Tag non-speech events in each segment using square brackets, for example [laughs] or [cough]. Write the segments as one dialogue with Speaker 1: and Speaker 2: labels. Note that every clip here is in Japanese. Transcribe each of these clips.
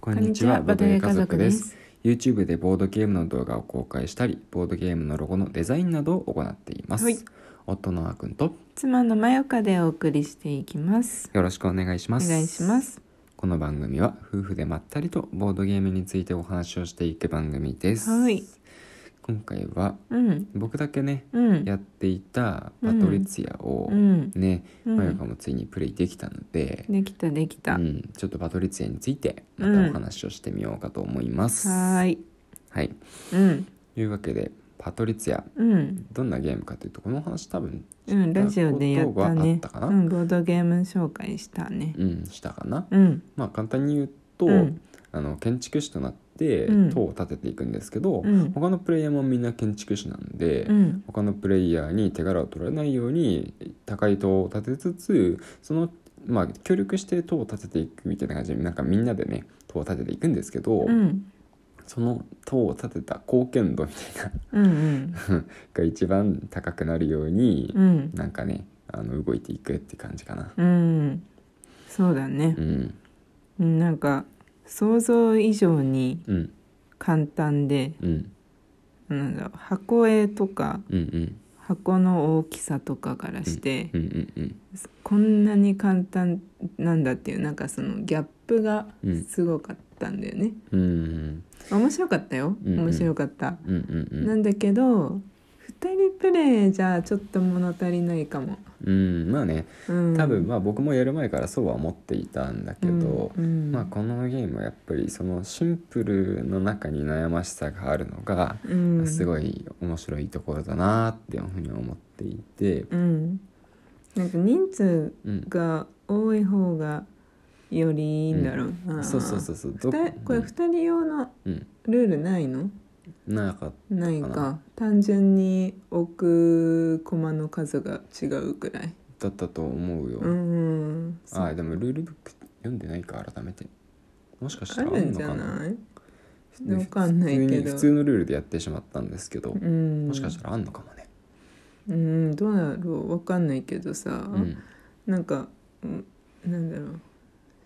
Speaker 1: こんにちは、バドゲー家族で
Speaker 2: バド
Speaker 1: す。YouTube でボードゲームの動画を公開したり、ボードゲームのロゴのデザインなどを行っています。
Speaker 2: はい
Speaker 1: 夫のあくんと
Speaker 2: 妻のまよかでお送りしていきます。
Speaker 1: よろしくお願いし
Speaker 2: お
Speaker 1: ます。
Speaker 2: 願いします。
Speaker 1: この番組は夫婦でまったりとボードゲームについてお話をしていく番組です。
Speaker 2: はい
Speaker 1: 今回は
Speaker 2: うん、
Speaker 1: 僕だけね、
Speaker 2: うん、
Speaker 1: やっていたマトリツィアを
Speaker 2: うん、
Speaker 1: ね、
Speaker 2: うん
Speaker 1: まよかもついにプレイできたので、
Speaker 2: できたできた。
Speaker 1: う
Speaker 2: は
Speaker 1: ん、ちょっとバトリツィアについてまたお話をしてみようかと思います。
Speaker 2: ーい、
Speaker 1: はい、
Speaker 2: うん、
Speaker 1: というわけでパトリツィア
Speaker 2: うん、
Speaker 1: どんなゲームかというとこの話多分
Speaker 2: うん、ラジオでやった
Speaker 1: ことがあっ
Speaker 2: ね
Speaker 1: た。かな
Speaker 2: う、
Speaker 1: ん
Speaker 2: ボードゲーム紹介したね。
Speaker 1: うんしたかな、
Speaker 2: うん、
Speaker 1: まあ簡単に言うと、
Speaker 2: うん
Speaker 1: あの建築士となって
Speaker 2: うん
Speaker 1: 塔を建てていくんですけど、
Speaker 2: うん
Speaker 1: 他のプレイヤーもみんな建築士なんで、
Speaker 2: うん、
Speaker 1: 他のプレイヤーに手柄を取られないように高い塔を建てつつそのまあ協力して塔を建てていくみたいな感じでなんかみんなでね塔を建てていくんですけど、
Speaker 2: うん、
Speaker 1: その塔を建てた貢献度みたいな
Speaker 2: うん、
Speaker 1: が一番高くなるように
Speaker 2: うん、うん、
Speaker 1: なんかねあの動いていくって感じかな。
Speaker 2: うん、そうだね
Speaker 1: う。ん
Speaker 2: うんなんか想像以上に
Speaker 1: うん
Speaker 2: 簡単で、
Speaker 1: うん
Speaker 2: なんだろう箱絵とか
Speaker 1: うんうん
Speaker 2: 箱の大きさとかからして。
Speaker 1: うんうんうん
Speaker 2: こんなに簡単なんだっていうなんかそのギャップがすごかったんだよね、
Speaker 1: うんうん
Speaker 2: 面白かったよ、
Speaker 1: うんうん
Speaker 2: 面白かった、
Speaker 1: うんうんうん
Speaker 2: なんだけど2人プレイじゃちょっと物足りないかも、
Speaker 1: うんまあね
Speaker 2: うん、
Speaker 1: 多分まあ僕もやる前からそうは思っていたんだけど、
Speaker 2: うんうん
Speaker 1: まあ、このゲームはやっぱりそのシンプルの中に悩ましさがあるのが
Speaker 2: うん、
Speaker 1: す
Speaker 2: い、
Speaker 1: ごい面白いところだなっていうふうに思っていて、
Speaker 2: うん、なんか人数
Speaker 1: うん、
Speaker 2: が多い方がよりいいんだろうな、
Speaker 1: そうそうそうそうど
Speaker 2: ふたこれ2人用の
Speaker 1: うん、
Speaker 2: ルールないの
Speaker 1: うん、なんか
Speaker 2: ない
Speaker 1: かな
Speaker 2: か単純に置く駒の数が違うくらい
Speaker 1: だったと思うよ、
Speaker 2: うんそう
Speaker 1: あでもルールブック読んでないか改めてもしかした
Speaker 2: あ
Speaker 1: ら
Speaker 2: る
Speaker 1: の
Speaker 2: んじ
Speaker 1: か
Speaker 2: ゃ
Speaker 1: な
Speaker 2: ない
Speaker 1: ね
Speaker 2: わかんないけ
Speaker 1: 普通に
Speaker 2: ど
Speaker 1: 普通のルールでやってしまったんですけど、
Speaker 2: うん
Speaker 1: もしかしたらあんのかもね、
Speaker 2: うんどうだろうわかんないけどさ、
Speaker 1: うん
Speaker 2: なんか、うん、なんだろう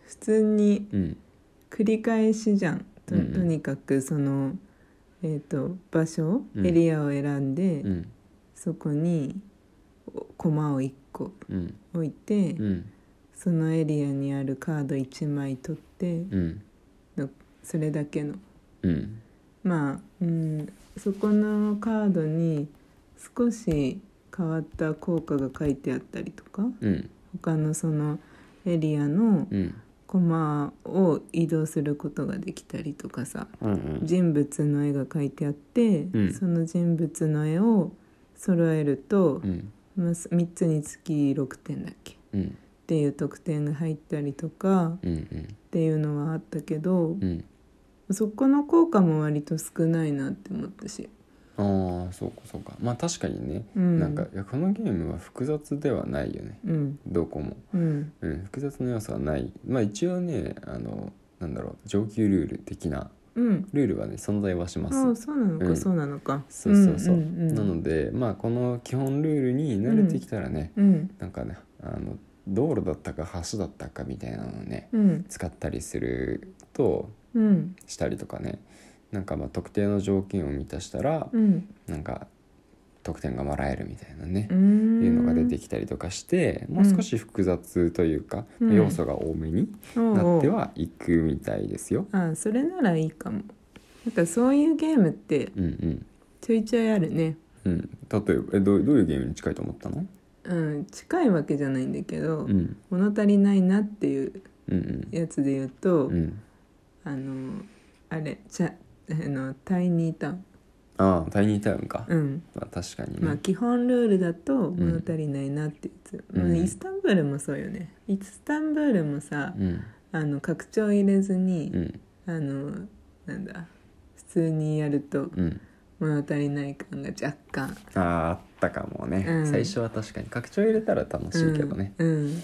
Speaker 2: 普通に
Speaker 1: うん
Speaker 2: 繰り返しじゃんと,、
Speaker 1: うんうん
Speaker 2: とにかくそのえっ、と場所、
Speaker 1: うん
Speaker 2: エリアを選んで、
Speaker 1: うん
Speaker 2: そこにお駒を1個
Speaker 1: うん
Speaker 2: 置いて、
Speaker 1: うん
Speaker 2: そのエリアにあるカード1枚取って
Speaker 1: うん
Speaker 2: それだけの
Speaker 1: うん
Speaker 2: まあ、うん、そこのカードに少し変わった効果が書いてあったりとか
Speaker 1: うん
Speaker 2: 他のそのエリアの
Speaker 1: うん
Speaker 2: コマを移動することができたりとかさ
Speaker 1: うんうん
Speaker 2: 人物の絵が書いてあって、
Speaker 1: うん
Speaker 2: その人物の絵を揃えると、
Speaker 1: うん
Speaker 2: まあ、3つにつき6点だっけっ
Speaker 1: うん
Speaker 2: ていう得点が入ったりとか
Speaker 1: うんうん
Speaker 2: っていうのはあったけど、
Speaker 1: うん
Speaker 2: そこの効果も割と少ないなって思ったし。
Speaker 1: ああそうかそうかまあ確かにね、
Speaker 2: うん
Speaker 1: なんかいやこのゲームは複雑ではないよね
Speaker 2: うん
Speaker 1: どこも、
Speaker 2: うん
Speaker 1: うん、複雑な要素はないまあ一応ねあのなんだろう上級ルール的な
Speaker 2: うん
Speaker 1: ルールはね存在はします
Speaker 2: ああそうなのか、
Speaker 1: うん
Speaker 2: そうなのか
Speaker 1: そうそうそう,、
Speaker 2: んんうん、
Speaker 1: なのでまあこの基本ルールに慣れてきたらね、
Speaker 2: うん
Speaker 1: なんかねあの道路だったか橋だったかみたいなのをね
Speaker 2: うん
Speaker 1: 使ったりすると
Speaker 2: うん
Speaker 1: したりとかねなんかまあ特定の条件を満たしたら、
Speaker 2: うん
Speaker 1: なんか得点がもらえるみたいなね
Speaker 2: う、ん
Speaker 1: いうのが出てきたりとかしてもう少し複雑というか、
Speaker 2: うん
Speaker 1: 要素が多めになってはいくみたいですよ。
Speaker 2: おうおうああそれならいいかもなんかそういうゲームって
Speaker 1: うんうん
Speaker 2: ちょいちょいあるね
Speaker 1: うん、例えばえどうどういうゲームに近いと思ったの、
Speaker 2: うん近いわけじゃないんだけど、
Speaker 1: うん
Speaker 2: 物足りないなっていう
Speaker 1: うん
Speaker 2: やつで言うと、
Speaker 1: うんうん、
Speaker 2: あのあれちゃあのタイニータウン
Speaker 1: ああタイニータウンか、
Speaker 2: うん
Speaker 1: まあ、確かにね、
Speaker 2: まあ基本ルールだと物足りないなってやつ、
Speaker 1: うん
Speaker 2: まあイスタンブールもそうよねイスタンブールもさ
Speaker 1: うん
Speaker 2: あの拡張入れずに
Speaker 1: う、ん
Speaker 2: あのなんだ普通にやると
Speaker 1: うん
Speaker 2: 物足りない感が若干
Speaker 1: あああったかもね、
Speaker 2: うん
Speaker 1: 最初は確かに拡張入れたら楽しいけどね、
Speaker 2: うん、うん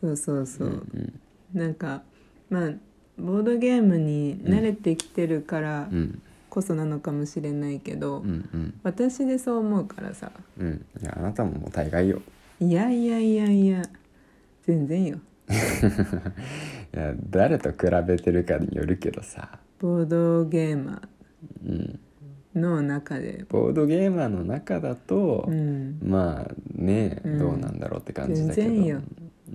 Speaker 2: そうそうそう、
Speaker 1: うん
Speaker 2: なんかまあボードゲームに慣れてきてるから
Speaker 1: うん
Speaker 2: こそなのかもしれないけど、
Speaker 1: うんうん
Speaker 2: 私でそう思うからさ
Speaker 1: うんいやあなたももう大概よ
Speaker 2: いやいやいやいや全然よ
Speaker 1: いや誰と比べてるかによるけどさ、
Speaker 2: ボードゲーマ
Speaker 1: うん、
Speaker 2: ーの中で、
Speaker 1: ボードゲーマーの中だと、
Speaker 2: うん、
Speaker 1: まあね
Speaker 2: うん
Speaker 1: どうなんだろうって感じだけど、
Speaker 2: 全然いいよ
Speaker 1: [laughs]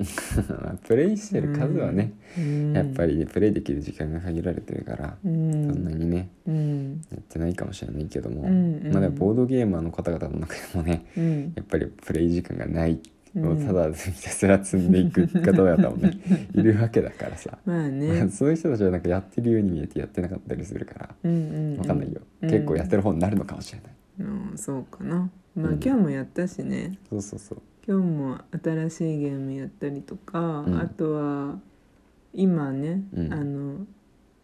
Speaker 1: まあプレイしてる数はね、
Speaker 2: うん
Speaker 1: やっぱりねプレイできる時間が限られてるから、
Speaker 2: う
Speaker 1: そんなんにね
Speaker 2: うん
Speaker 1: やってないかもしれないけども、
Speaker 2: うんうん
Speaker 1: まあでもボードゲーマーの方々の中でもね [laughs]
Speaker 2: うん
Speaker 1: やっぱりプレイ時間がないを
Speaker 2: うん
Speaker 1: ただひたすら積んでいく方々も
Speaker 2: [laughs]
Speaker 1: ねいるわけだからさ、
Speaker 2: まあ
Speaker 1: まあ
Speaker 2: ね
Speaker 1: そういう人たちはなんかやってるように見えてやってなかったりするから
Speaker 2: うんうん
Speaker 1: わかんないよ、
Speaker 2: うん
Speaker 1: 結構やってる方になるのかもしれない、
Speaker 2: うんそうかなまあ
Speaker 1: うん
Speaker 2: 今日もやったしね
Speaker 1: そうそうそう
Speaker 2: 今日も新しいゲームやったりとか
Speaker 1: うん
Speaker 2: あとは今ね
Speaker 1: うん
Speaker 2: あの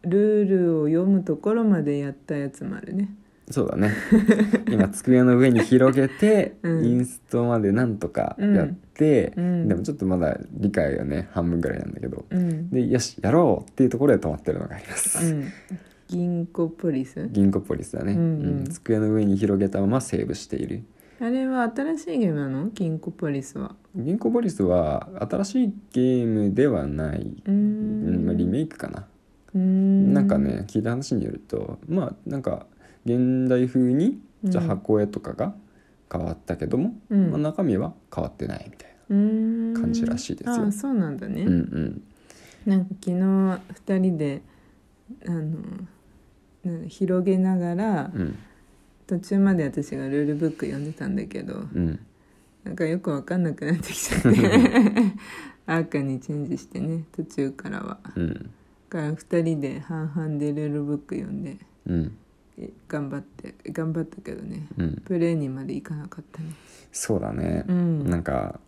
Speaker 2: ルールを読むところまでやったやつもあるね
Speaker 1: そうだね [laughs] 今机の上に広げて、
Speaker 2: うん
Speaker 1: インストまでなんとかやって、
Speaker 2: うん
Speaker 1: でもちょっとまだ理解がね半分ぐらいなんだけど
Speaker 2: うん
Speaker 1: でよしやろうっていうところで止まってるのがあります、
Speaker 2: うん銀行ポリス
Speaker 1: 銀行ポリスだね、
Speaker 2: うんうん
Speaker 1: 机の上に広げたままセーブしている
Speaker 2: あれは新しいゲームなの銀行ポリスは
Speaker 1: 銀行ポリスは新しいゲームではない、
Speaker 2: う
Speaker 1: う
Speaker 2: ー
Speaker 1: ん
Speaker 2: ん
Speaker 1: まあ、リメイクかな、
Speaker 2: うーん
Speaker 1: なんかね聞いた話によるとまあなんか現代風に
Speaker 2: うん
Speaker 1: じゃあ箱絵とかが変わったけども、
Speaker 2: うん
Speaker 1: まあ、中身は変わってないみたいな。感
Speaker 2: 感
Speaker 1: じらしいですよ
Speaker 2: ああそうなんだね、
Speaker 1: うんうん
Speaker 2: なんか昨日2人であのなんか広げながら
Speaker 1: うん
Speaker 2: 途中まで私がルールブック読んでたんだけど
Speaker 1: うん
Speaker 2: なんかよく分かんなくなってき
Speaker 1: [laughs]
Speaker 2: ちゃってアーカにチェンジしてね途中からはだ
Speaker 1: うん
Speaker 2: から2人で半々でルールブック読んで
Speaker 1: うん
Speaker 2: え頑張って頑張ったけどね
Speaker 1: うん
Speaker 2: プレーにまでいかなかったね
Speaker 1: そうだね
Speaker 2: う、ん
Speaker 1: なんか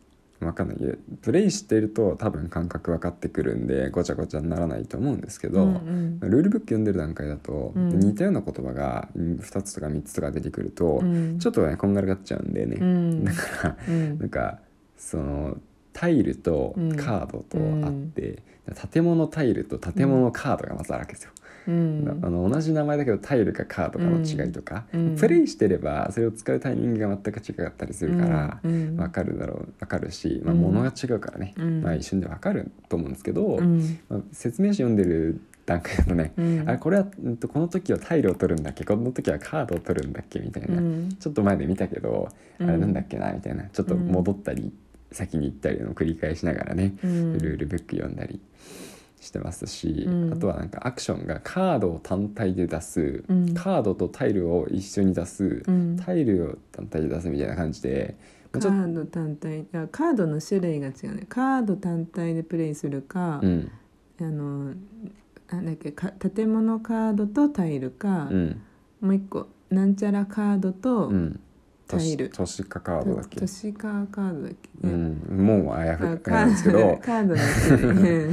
Speaker 1: わかんないプレイしてると多分感覚分かってくるんでごちゃごちゃにならないと思うんですけど、
Speaker 2: うんうん
Speaker 1: ルールブック読んでる段階だと、
Speaker 2: うん
Speaker 1: 似たような言葉が2つとか3つとか出てくると、
Speaker 2: うん
Speaker 1: ちょっとねこんがらがっちゃうんだよ
Speaker 2: う
Speaker 1: ね、
Speaker 2: ん
Speaker 1: だから
Speaker 2: うん
Speaker 1: なんかそのタイルと
Speaker 2: うん
Speaker 1: カードとあって、建物タイルと建物カードがまずあるわけですよ、
Speaker 2: うん
Speaker 1: だあの同じ名前だけどタイルかカードかの違いとか、
Speaker 2: うん
Speaker 1: プレイしてればそれを使うタイミングが全く違かったりするから、
Speaker 2: うんうん
Speaker 1: わかるだろうわかるし、まあ、
Speaker 2: うん
Speaker 1: 物が違うからね、
Speaker 2: うん
Speaker 1: まあ、一瞬でわかると思うんですけど、
Speaker 2: うん
Speaker 1: まあ説明書読んでる段階だとね、
Speaker 2: うん
Speaker 1: あこれは、うんと、この時はタイルを取るんだっけこの時はカードを取るんだっけみたいな、
Speaker 2: うん
Speaker 1: ちょっと前で見たけどあ
Speaker 2: うん
Speaker 1: れなんだっけなみたいなちょっと戻ったり、先に行ったりの繰り返しながらね、
Speaker 2: うん
Speaker 1: ルールブック読んだりしてますし、
Speaker 2: うん
Speaker 1: あとはなんかアクションがカードを単体で出す、
Speaker 2: うん
Speaker 1: カードとタイルを一緒に出す、
Speaker 2: うん
Speaker 1: タイルを単体で出すみたいな感じで、まあ
Speaker 2: カ
Speaker 1: ちょっと
Speaker 2: ード単体あカードの種類が違うねカード単体でプレイするか、
Speaker 1: うん
Speaker 2: あのなんだっけか建物カードとタイルか、
Speaker 1: うん
Speaker 2: もう一個なんちゃらカードと、
Speaker 1: うん
Speaker 2: タイル
Speaker 1: 都市カカードだっけ
Speaker 2: 都市カーカードだっけ、
Speaker 1: う
Speaker 2: ね
Speaker 1: ん、もうあやふ
Speaker 2: あ
Speaker 1: や
Speaker 2: カ
Speaker 1: なんですけ
Speaker 2: ード
Speaker 1: ど
Speaker 2: [laughs] カードの種
Speaker 1: [laughs]
Speaker 2: 類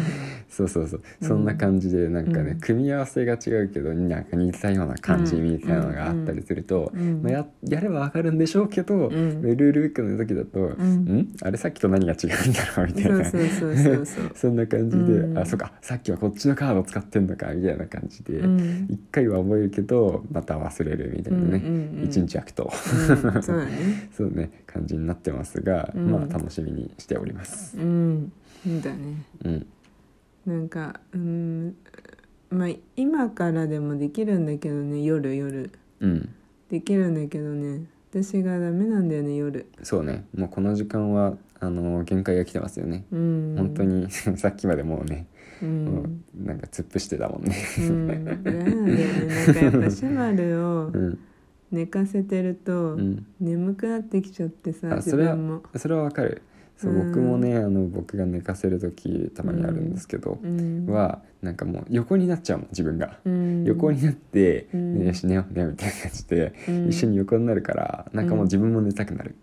Speaker 1: そうそうそう、
Speaker 2: うん
Speaker 1: そんな感じでなんかね、
Speaker 2: うん
Speaker 1: 組み合わせが違うけどなんか似たような感じみたいなのがあったりすると、
Speaker 2: うん
Speaker 1: まあ、ややればわかるんでしょうけど、
Speaker 2: うん
Speaker 1: ルールブックの時だと「
Speaker 2: ん
Speaker 1: んあれさっきと何が違うんだろう?」みたい
Speaker 2: そう
Speaker 1: な
Speaker 2: そうそうそうそう
Speaker 1: そんな感じで「
Speaker 2: うん
Speaker 1: あそっかさっきはこっちのカード使ってんのか」みた [laughs] いな感じで、
Speaker 2: うん
Speaker 1: 一回は覚えるけどまた忘れるみたいなね、
Speaker 2: うんうんうん
Speaker 1: 一日空くと [laughs]
Speaker 2: うんそうだね
Speaker 1: そうね感じになってますが、
Speaker 2: うん
Speaker 1: まあ楽しみにしております。
Speaker 2: うんそうだね
Speaker 1: うん
Speaker 2: なんかうんまあ今からでもできるんだけどね夜夜
Speaker 1: うん
Speaker 2: できるんだけどね私がダメなんだよね夜
Speaker 1: そうねもうこの時間はあの限界が来てますよね、
Speaker 2: うん
Speaker 1: 本当に [laughs] さっきまでもうね、
Speaker 2: う
Speaker 1: も
Speaker 2: ん、
Speaker 1: うなんか突っ伏してたもんね
Speaker 2: うん、ダメなんだよねなんかやっぱシュマルを
Speaker 1: うん、
Speaker 2: 寝かせてると、
Speaker 1: うん、
Speaker 2: 眠くなってきちゃってさ
Speaker 1: あ
Speaker 2: 自
Speaker 1: それは
Speaker 2: 分も
Speaker 1: それはわかるそう
Speaker 2: うん
Speaker 1: 僕もねあの僕が寝かせる時たまにあるんですけど
Speaker 2: う、ん、
Speaker 1: はなんかもう横になっちゃうもん自分が、
Speaker 2: うん、
Speaker 1: 横になって、
Speaker 2: うん
Speaker 1: よし寝よう寝ようみたいな感じで、
Speaker 2: うん
Speaker 1: 一緒に横になるからなんかもう自分も寝たくなる、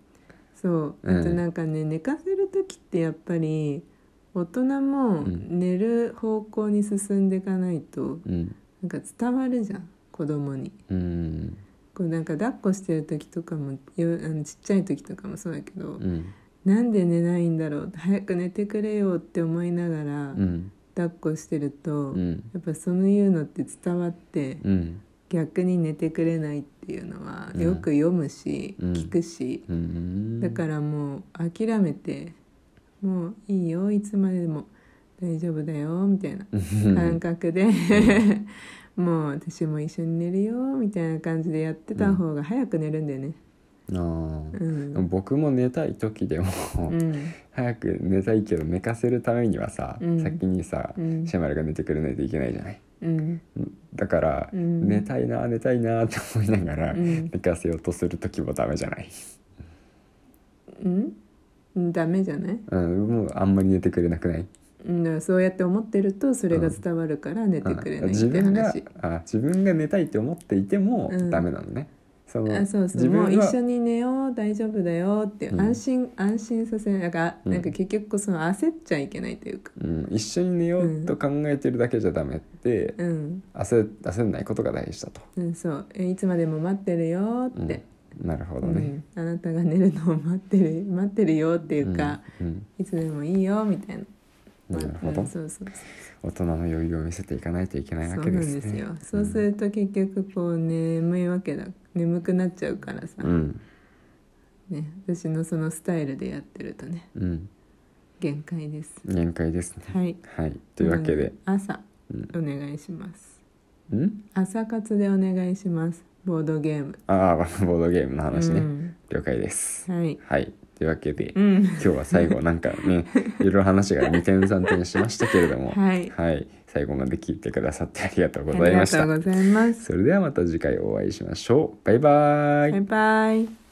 Speaker 2: そうあ
Speaker 1: うん
Speaker 2: となんかね寝かせる時ってやっぱり大人
Speaker 1: う
Speaker 2: も
Speaker 1: ん
Speaker 2: 寝る方向に進んでいかないと
Speaker 1: うん
Speaker 2: なんか伝わるじゃん子供に
Speaker 1: うん
Speaker 2: こうなんか抱っこしてる時とかもよあのちっちゃい時とかもそうだけ
Speaker 1: う
Speaker 2: ど、
Speaker 1: ん
Speaker 2: なんで寝ないんだろう早く寝てくれよって思いながら、
Speaker 1: うん
Speaker 2: 抱っこしてると、
Speaker 1: うんうん
Speaker 2: やっぱそういうのって伝わって、
Speaker 1: うん
Speaker 2: 逆に寝てくれないっていうのは
Speaker 1: うん
Speaker 2: よく読むし、
Speaker 1: うん
Speaker 2: 聞くし、
Speaker 1: うん
Speaker 2: だからもう諦めてもういいよいつまでも大丈夫だよみたいな
Speaker 1: うん
Speaker 2: 感覚でもう私も一緒に寝るよみたいな感じでやってた方が早く寝るんだよね
Speaker 1: [laughs] あー
Speaker 2: うん、
Speaker 1: でも僕も寝たい時でも
Speaker 2: うん
Speaker 1: 早く寝たいけど寝かせるためにはさ、
Speaker 2: うん
Speaker 1: 先にさ、
Speaker 2: うん
Speaker 1: シェマルが寝てくれないといけないじゃない
Speaker 2: うん
Speaker 1: だから、
Speaker 2: うん
Speaker 1: 寝たいな寝たいなって思いながら、
Speaker 2: うん
Speaker 1: 寝かせようとする時もダメじゃない、
Speaker 2: うんダメじゃない
Speaker 1: うん、もうあんまり寝てくれなくない
Speaker 2: うんだからそうやって思ってるとそれが伝わるから寝てくれないっ
Speaker 1: 自
Speaker 2: て
Speaker 1: 分が
Speaker 2: 話、
Speaker 1: あ自分が寝たいって思っていても
Speaker 2: うん
Speaker 1: ダメなのね、その
Speaker 2: あそうそう
Speaker 1: 自
Speaker 2: もう
Speaker 1: 分
Speaker 2: 一
Speaker 1: は
Speaker 2: 緒に寝よう大丈夫だよって、
Speaker 1: うん
Speaker 2: 安心安心させないなんか,、
Speaker 1: うん
Speaker 2: なんか結局その焦っちゃいけないというか
Speaker 1: うん、一緒に寝ようと考えてるだけじゃダメって、
Speaker 2: うん、
Speaker 1: 焦焦んないことが大事だと、
Speaker 2: うん、そうえいつまでも待ってるよ
Speaker 1: う
Speaker 2: っ
Speaker 1: ん
Speaker 2: て、
Speaker 1: なるほど
Speaker 2: う
Speaker 1: ね、
Speaker 2: んあなたが寝るのを待ってる待ってるよっていうか、
Speaker 1: うん
Speaker 2: いつでもいいよみたいな、
Speaker 1: うんなるほど、
Speaker 2: うんそうそうそう
Speaker 1: 大人の余裕を見せていかないといけない
Speaker 2: そう
Speaker 1: わ
Speaker 2: な
Speaker 1: けで
Speaker 2: んです
Speaker 1: ね
Speaker 2: すよ、そうすると結局こう眠いわけだ眠くなっちゃうからさ、
Speaker 1: うん
Speaker 2: ね、私のそのスタイルでやってるとね
Speaker 1: うん
Speaker 2: 限界です
Speaker 1: 限界ですね
Speaker 2: はい
Speaker 1: はいというわけで、
Speaker 2: うん朝
Speaker 1: うん
Speaker 2: お願いします
Speaker 1: うん、
Speaker 2: 朝活でお願いしますボードゲーム
Speaker 1: ああボードゲームの話ね、
Speaker 2: うん
Speaker 1: 了解です
Speaker 2: はい
Speaker 1: はいというわけで、
Speaker 2: うん
Speaker 1: 今日は最後なんかねいろいろ話が二点三点しましたけれども
Speaker 2: はい
Speaker 1: 最後まで聞いてくださってありがとうご
Speaker 2: あ
Speaker 1: ざい
Speaker 2: り
Speaker 1: ま
Speaker 2: が
Speaker 1: した
Speaker 2: とうございます
Speaker 1: それではまた次回お会いしましょうバイバイ
Speaker 2: バイバイ